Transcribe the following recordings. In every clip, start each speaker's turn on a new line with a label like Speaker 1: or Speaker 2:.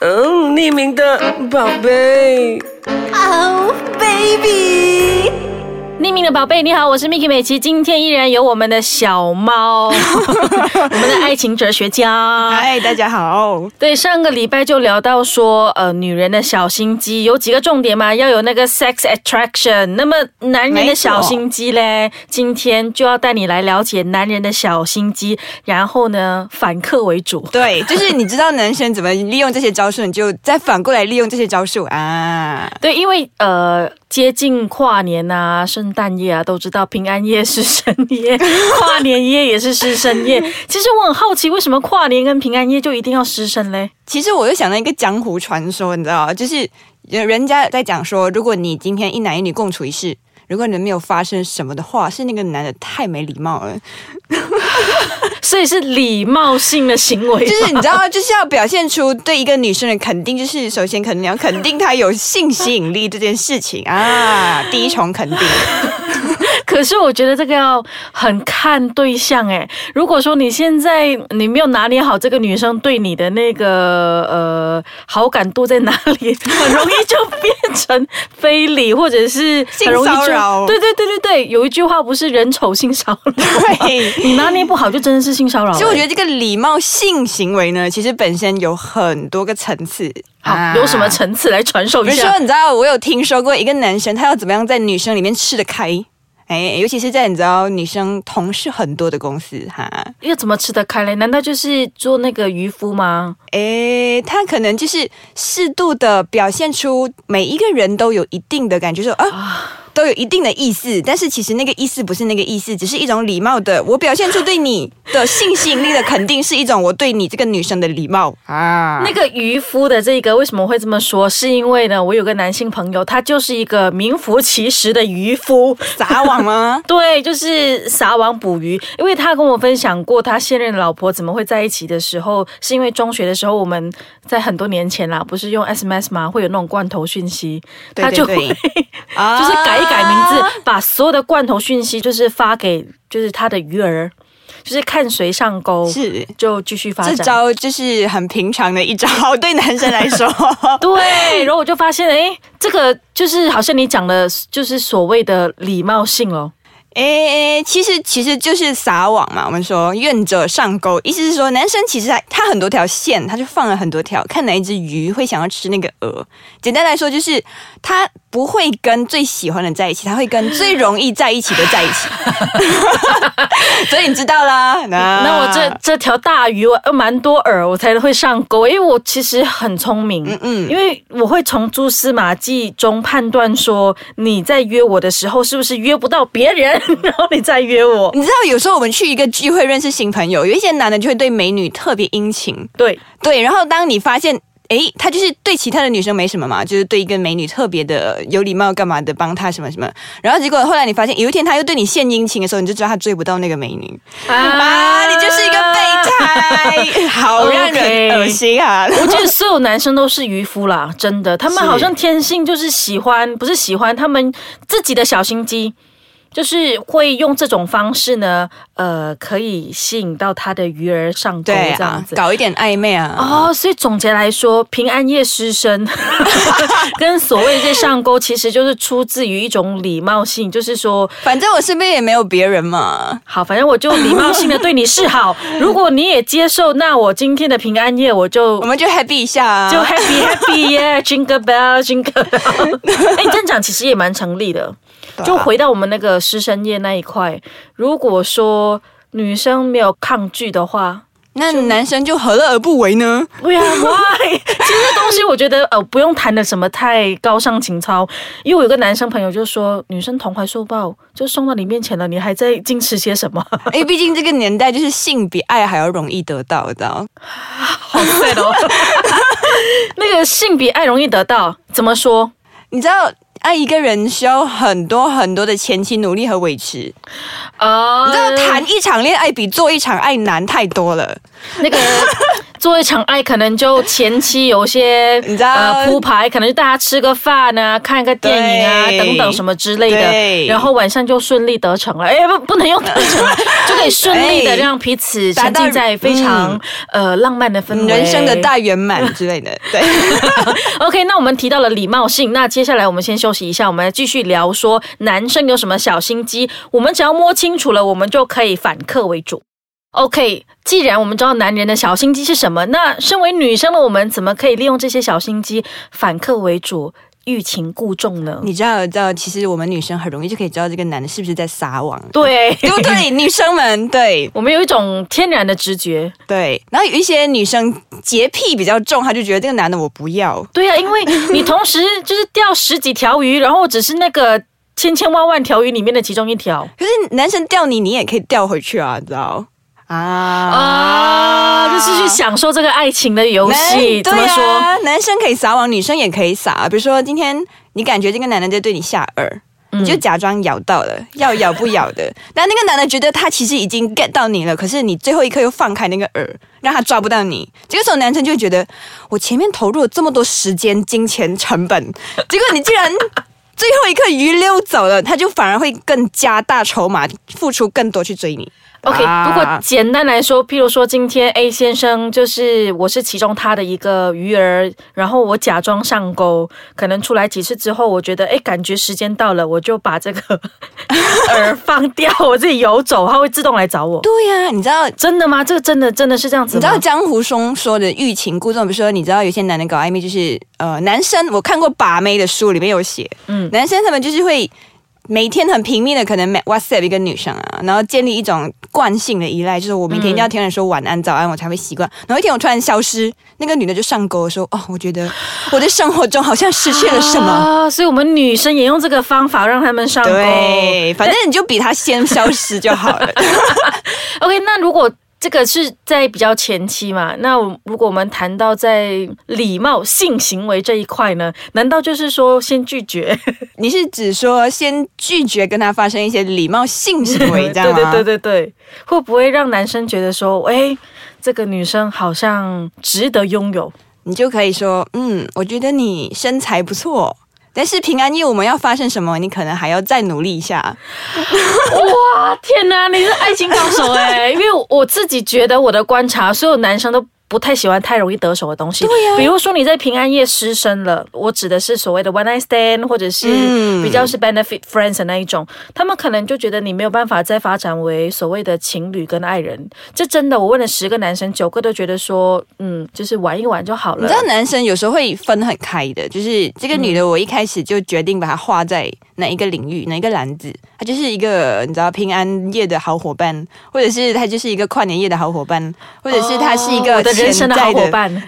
Speaker 1: 嗯，匿名的宝贝。
Speaker 2: Oh baby，
Speaker 3: 匿名的宝贝，你好，我是 Miki 美琪，今天依然有我们的小 猫，我们的爱情哲学家。
Speaker 2: 嗨，大家好。
Speaker 3: 对，上个礼拜就聊到说，呃，女人的小心机有几个重点嘛，要有那个 sex attraction。那么男人的小心机嘞，今天就要带你来了解男人的小心机，然后呢，反客为主。
Speaker 2: 对，就是你知道男生怎么利用这些招数，你就再反过来利用这些招数啊。
Speaker 3: 对，因为呃，接近跨年啊、圣诞夜啊，都知道平安夜是深夜，跨年夜也是师生 夜。其实我很好奇，为什么跨年跟平安夜就一定要师生嘞？
Speaker 2: 其实我又想到一个江湖传说，你知道吗？就是人家在讲说，如果你今天一男一女共处一室，如果你们没有发生什么的话，是那个男的太没礼貌了。
Speaker 3: 所以是礼貌性的行为。
Speaker 2: 就是你知道，就是要表现出对一个女生的肯定，就是首先可能你要肯定她有性吸引力这件事情啊，第一重肯定。
Speaker 3: 可是我觉得这个要很看对象诶。如果说你现在你没有拿捏好这个女生对你的那个呃好感度在哪里， 很容易就变成非礼，或者是很容易就
Speaker 2: 性骚扰
Speaker 3: 对对对对对，有一句话不是人丑性骚扰，
Speaker 2: 对，
Speaker 3: 你拿捏不好就真的是性骚扰了。
Speaker 2: 其实我觉得这个礼貌性行为呢，其实本身有很多个层次。
Speaker 3: 欸好，有什么？层次来传授
Speaker 2: 比
Speaker 3: 一
Speaker 2: 如说，
Speaker 3: 下？
Speaker 2: 你知道我啊有听说过一个男生，他要怎么样在女生里面吃得开？哎，尤其是在你知道女生同事很多的公司哈，
Speaker 3: 要怎么吃得开嘞？难道就是做那个渔夫吗？
Speaker 2: 哎，他可能就是适度的表现出每一个人都有一定的感觉，说啊。都有一定的意思，但是其实那个意思不是那个意思，只是一种礼貌的。我表现出对你的性吸引力的肯定，是一种我对你这个女生的礼 貌啊。
Speaker 3: 那个渔夫的这个为什么会这么说？是因为呢，我有个男性朋友，他就是一个名副其实的渔夫。？
Speaker 2: 撒网吗
Speaker 3: 对，就是撒网捕鱼，因为他跟我分享过，他现任的老婆怎么会在一起的时候，是因为中学的时候，我们在很多年前啦，不是用 SMS 嘛，会有那种罐头讯息，
Speaker 2: 对
Speaker 3: 他就
Speaker 2: 对
Speaker 3: 会
Speaker 2: 啊对啊
Speaker 3: 就是改一改名字，把所有的罐头讯息就是发给就是他的鱼儿，就是看谁上钩，
Speaker 2: 是
Speaker 3: 就继续发
Speaker 2: 这
Speaker 3: 展。
Speaker 2: 招就是很平常的一招，对男生 来说。
Speaker 3: 对，然后我就发现，哎，这个就是好像你讲的，就是所谓的礼貌性哦。
Speaker 2: 诶、其实其实就是撒网嘛。我们说愿者上钩，意思是说男生其实他他很多条线，他就放了很多条，看哪一只鱼会想要吃那个鹅。简单来说就是他不会跟最喜欢的在一起，他会跟最容易在一起的在一 起。所以你知道啦， 那
Speaker 3: 那我这这条大鱼，我要蛮多饵，我才会上钩。因为我其实很聪明，嗯嗯，因为我会从蛛丝马迹中判断说，你在约我的时候是不是约不到别人， 然后你再约我。
Speaker 2: 你知道，有时候我们去一个聚会认识新朋友，有一些男的就会对美女特别殷勤，
Speaker 3: 对，
Speaker 2: 对。然后当你发现，诶，他就是对其他的女生没什么嘛，就是对一个美女特别的有礼貌，干嘛的，帮她什么什么。然后结果后来你发现，有一天他又对你献殷勤的时候，你就知道他追不到那个美女啊，你就是一个备胎，好让人
Speaker 3: OK
Speaker 2: 恶心啊！
Speaker 3: 我觉得所有男生都是渔夫啦，真的，他们
Speaker 2: 是
Speaker 3: 好像天性就是喜欢，不是喜欢他们自己的小心机，就是会用这种方式呢，呃，可以吸引到他的鱼儿上钩
Speaker 2: 对
Speaker 3: 这样
Speaker 2: 啊，
Speaker 3: 子。
Speaker 2: 搞一点暧昧啊，
Speaker 3: 哦，所以总结来说，平安夜失身 跟所谓这上钩，其实就是出自于一种礼貌性，就是说，
Speaker 2: 反正我身边也没有别人嘛。
Speaker 3: 好，反正我就礼貌性的对你示好，如果你也接受，那我今天的平安夜我就
Speaker 2: 我们就 happy 一下啊！
Speaker 3: 就 happy happy 耶、j i n g l e bell jingle bell。哎、你这样讲其实也蛮成立的。
Speaker 2: 对啊
Speaker 3: 就回到我们那个师生夜那一块，如果说女生没有抗拒的话，
Speaker 2: 那男生就何乐而不为呢？
Speaker 3: 对啊，why？其实这东西我觉得呃不用谈的什么太高尚情操，因为我有个男生朋友就说，女生同怀受抱就送到你面前了，你还在矜持些什么？
Speaker 2: 因为毕竟这个年代就是性比爱还要容易得到，你知道？
Speaker 3: 好 sad 哦。 那个性比爱容易得到，怎么说？
Speaker 2: 你知道爱一个人需要很多很多的前期努力和维持。
Speaker 3: 哦、
Speaker 2: 你知道谈一场恋爱比做一场爱难太多了。
Speaker 3: 那个做一场爱，可能就前期有些
Speaker 2: 你知道
Speaker 3: 呃铺排，可能就大家吃个饭啊，看个电影啊
Speaker 2: 对
Speaker 3: 等等什么之类
Speaker 2: 对
Speaker 3: 的，然后晚上就顺利得逞了。哎，不不能用得 逞了，就可以顺利的
Speaker 2: 哎
Speaker 3: 让彼此
Speaker 2: 达
Speaker 3: 沉
Speaker 2: 到嗯
Speaker 3: 浸在非常呃浪漫的氛围，
Speaker 2: 人生的大圆满 之类的，对，
Speaker 3: OK，那我们提到了礼貌性，那接下来我们先休息一下，我们来继续聊说男生有什么小心机，我们只要摸清楚了，我们就可以反客为主。OK，既然我们知道男人的小心机是什么，那身为女生的我们怎么可以利用这些小心机反客为主、欲擒故纵呢？
Speaker 2: 你知道，知道，其实我们女生很容易就可以知道这个男的是不是在 撒网，
Speaker 3: 对，
Speaker 2: 对不对？女生们，对
Speaker 3: 我们有一种天然的直觉。
Speaker 2: 对。然后有一些女生洁癖比较重，她就觉得这个男的我不要，
Speaker 3: 对啊呀、因为你同时就是钓十几条鱼，然后只是那个千千万万条鱼里面的其中一条。
Speaker 2: 可是男生钓你，你也可以钓回去啊，你知道？啊
Speaker 3: 啊，就是去享受这个爱情的游戏。
Speaker 2: 男
Speaker 3: 怎么
Speaker 2: 对
Speaker 3: 说？
Speaker 2: 啊？男生可以撒网，女生也可以撒。比如说，今天你感觉这个男的在对你下饵，
Speaker 3: 嗯
Speaker 2: 你就假装咬到了，要咬不咬 的。但那个男的觉得他其实已经 get 到你了，可是你最后一刻又放开那个饵，让他抓不到你。这个时候，男生就会觉得，我前面投入了这么多时间、金钱成本，结果你竟然。最后一刻鱼溜走了，他就反而会更加大筹码，付出更多去追你。
Speaker 3: OK，、
Speaker 2: 啊
Speaker 3: 如果简单来说，譬如说今天 A 先生就是我是其中他的一个鱼儿，然后我假装上钩，可能出来几次之后，我觉得哎，感觉时间到了，我就把这个 饵放掉，我自己游走，它会自动来找 我。
Speaker 2: 对呀、你知道
Speaker 3: 真的吗？这个真的真的是这样子
Speaker 2: 你知道
Speaker 3: 吗？
Speaker 2: 江湖中说的欲擒故纵，比如说，你知道有些男人搞暧昧，就是呃，男生我看过把妹的书里面有写，
Speaker 3: 嗯
Speaker 2: 男生他们就是会每天很拼命的，可能 WhatsApp 一个女生啊，然后建立一种惯性的依赖，就是我每天一定要听人说晚安、早安，我才会习惯。然后一天我突然消失，那个女的就上钩说，哦，我觉得我的生活中好像失去了什么。
Speaker 3: 啊？所以我们女生也用这个方法让他们 上钩。
Speaker 2: 对，反正你就比他先消失就 好了。
Speaker 3: OK，那如果这个是在比较前期嘛，那我如果我们谈到在礼貌性行为这一块呢，难道就是说先拒绝？
Speaker 2: 你是指说先拒绝跟他发生一些礼貌性行 为，这样
Speaker 3: 对
Speaker 2: 吗？
Speaker 3: 对对对对，会不会让男生觉得说，哎，这个女生好像值得拥有？
Speaker 2: 你就可以说，嗯，我觉得你身材不错，但是平安夜我们要发生什么，你可能还要再努力一下。
Speaker 3: 哇，天哪，你是爱情高手哎、因为我自己觉得我的观察，所有男生都。不太喜欢太容易得手的东西，
Speaker 2: 对呀啊
Speaker 3: 比如说你在平安夜失身了，我指的是所谓的 one night stand，或者是
Speaker 2: 嗯
Speaker 3: 比较是 benefit friends 的那一种，他们可能就觉得你没有办法再发展为所谓的情侣跟爱人。这真的，我问了十个男生，九个都觉得说，嗯，就是玩一玩就好
Speaker 2: 你
Speaker 3: 了
Speaker 2: 知。道男生有时候会分很开的，就是这个女的，我一开始就决定把她划在哪一个领域、哪一个篮子，她就是一个你知道平安夜的好伙伴，或者是她就是一个跨年夜的好伙伴，或者是她是一
Speaker 3: 哦
Speaker 2: 个
Speaker 3: 我的人生的好伙伴哦
Speaker 2: 潜在的，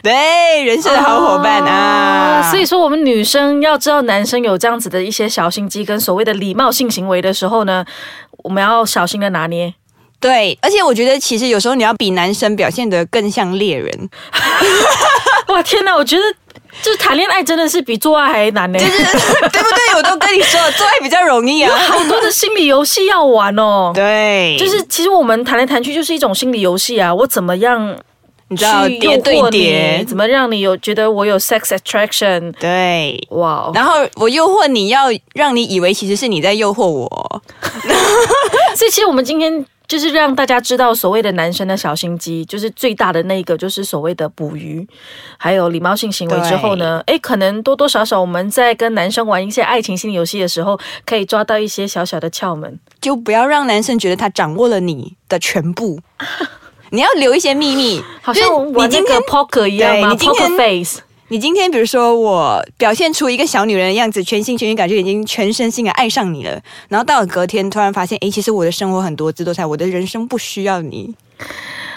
Speaker 2: 对，人生的好伙伴啊。
Speaker 3: 所以说，我们女生要知道男生有这样子的一些小心机跟所谓的礼貌性行为的时候呢，我们要小心的拿捏。
Speaker 2: 对，而且我觉得其实有时候你要比男生表现得更像猎人，
Speaker 3: 哇，天哪！我觉得就是谈恋爱真的是比做爱还难呢，
Speaker 2: 就是 对不对？我都跟你说了，做爱比较容易啊。
Speaker 3: 好多的心理游戏要玩哦。
Speaker 2: 对，
Speaker 3: 就是其实我们谈来谈去就是一种心理游戏啊，我怎么样
Speaker 2: 你
Speaker 3: 去
Speaker 2: 知
Speaker 3: 诱
Speaker 2: 道叠对
Speaker 3: 惑你，
Speaker 2: 叠，
Speaker 3: 怎么让你有觉得我有 sex attraction？
Speaker 2: 对。
Speaker 3: 哇哦，
Speaker 2: 然后我诱惑你要让你以为其实是你在诱惑我，
Speaker 3: 所以其实我们今天就是让大家知道，所谓的男生的小心机，就是最大的那一个，就是所谓的捕鱼，还有礼貌性行为之后呢，诶，可能多多少少我们在跟男生玩一些爱情心理游戏的时候，可以抓到一些小小的窍门。
Speaker 2: 就不要让男生觉得他掌握了你的全 部。你要留一些秘密，
Speaker 3: 好像
Speaker 2: 就是
Speaker 3: 玩
Speaker 2: 你
Speaker 3: 那
Speaker 2: 今
Speaker 3: 个
Speaker 2: 天
Speaker 3: poker 一样
Speaker 2: 对
Speaker 3: 吗
Speaker 2: 你今天
Speaker 3: ？poker face。
Speaker 2: 你今天比如说我表现出一个小女人的样子，全心全意感觉已经全身心的爱上你了，然后到了隔天突然发现，诶，其实我的生活很多姿多彩，我的人生不需要你。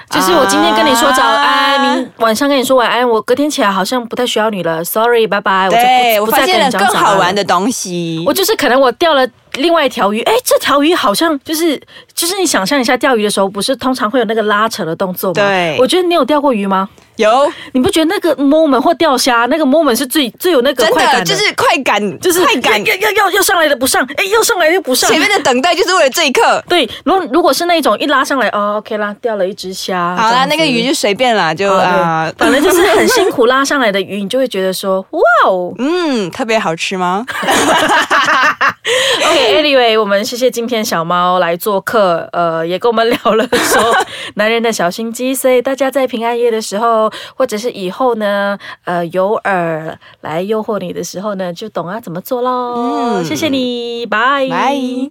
Speaker 3: 就是我今天跟你说早安，
Speaker 2: 啊
Speaker 3: 明晚上跟你说晚安，我隔天起来好像不太需要你了，sorry，拜拜，我就
Speaker 2: 对，
Speaker 3: 不
Speaker 2: 我
Speaker 3: 不
Speaker 2: 发
Speaker 3: 再跟
Speaker 2: 现
Speaker 3: 你
Speaker 2: 了
Speaker 3: 讲
Speaker 2: 更
Speaker 3: 早安
Speaker 2: 好
Speaker 3: 了
Speaker 2: 玩的东西。
Speaker 3: 我就是可能我钓了另外一条鱼，哎，这条鱼好像就是就是你想象一下钓鱼的时候，不是通常会有那个拉扯的动作吗？
Speaker 2: 对
Speaker 3: 我觉得你有钓过鱼吗？
Speaker 2: 有
Speaker 3: 你不觉得那个 moment 或钓虾那个 moment 是最最有那个
Speaker 2: 真
Speaker 3: 快感
Speaker 2: 的就是快感，
Speaker 3: 就是
Speaker 2: 快感。
Speaker 3: 要要要要上来的不上，哎，要上来又不上。
Speaker 2: 前面的等待就是为了这一刻。
Speaker 3: 对，如果如果是那种一拉上来，哦，OK 啦，钓了一只虾。
Speaker 2: 好
Speaker 3: 这
Speaker 2: 啦，
Speaker 3: 样子
Speaker 2: 那个鱼就随便啦，就啊
Speaker 3: 啊，，反正就是很辛苦拉上来的鱼，你就会觉得说，哇哦。
Speaker 2: 嗯，特别好吃吗？
Speaker 3: OK，Anyway，、我们谢谢今天小猫来做客，呃，也跟我们聊了说男人的小心机，所以大家在平安夜的时候，或者是以后呢，呃，有饵 来诱惑你的时候呢，就懂啊怎么做喽。谢谢你，拜
Speaker 2: 拜。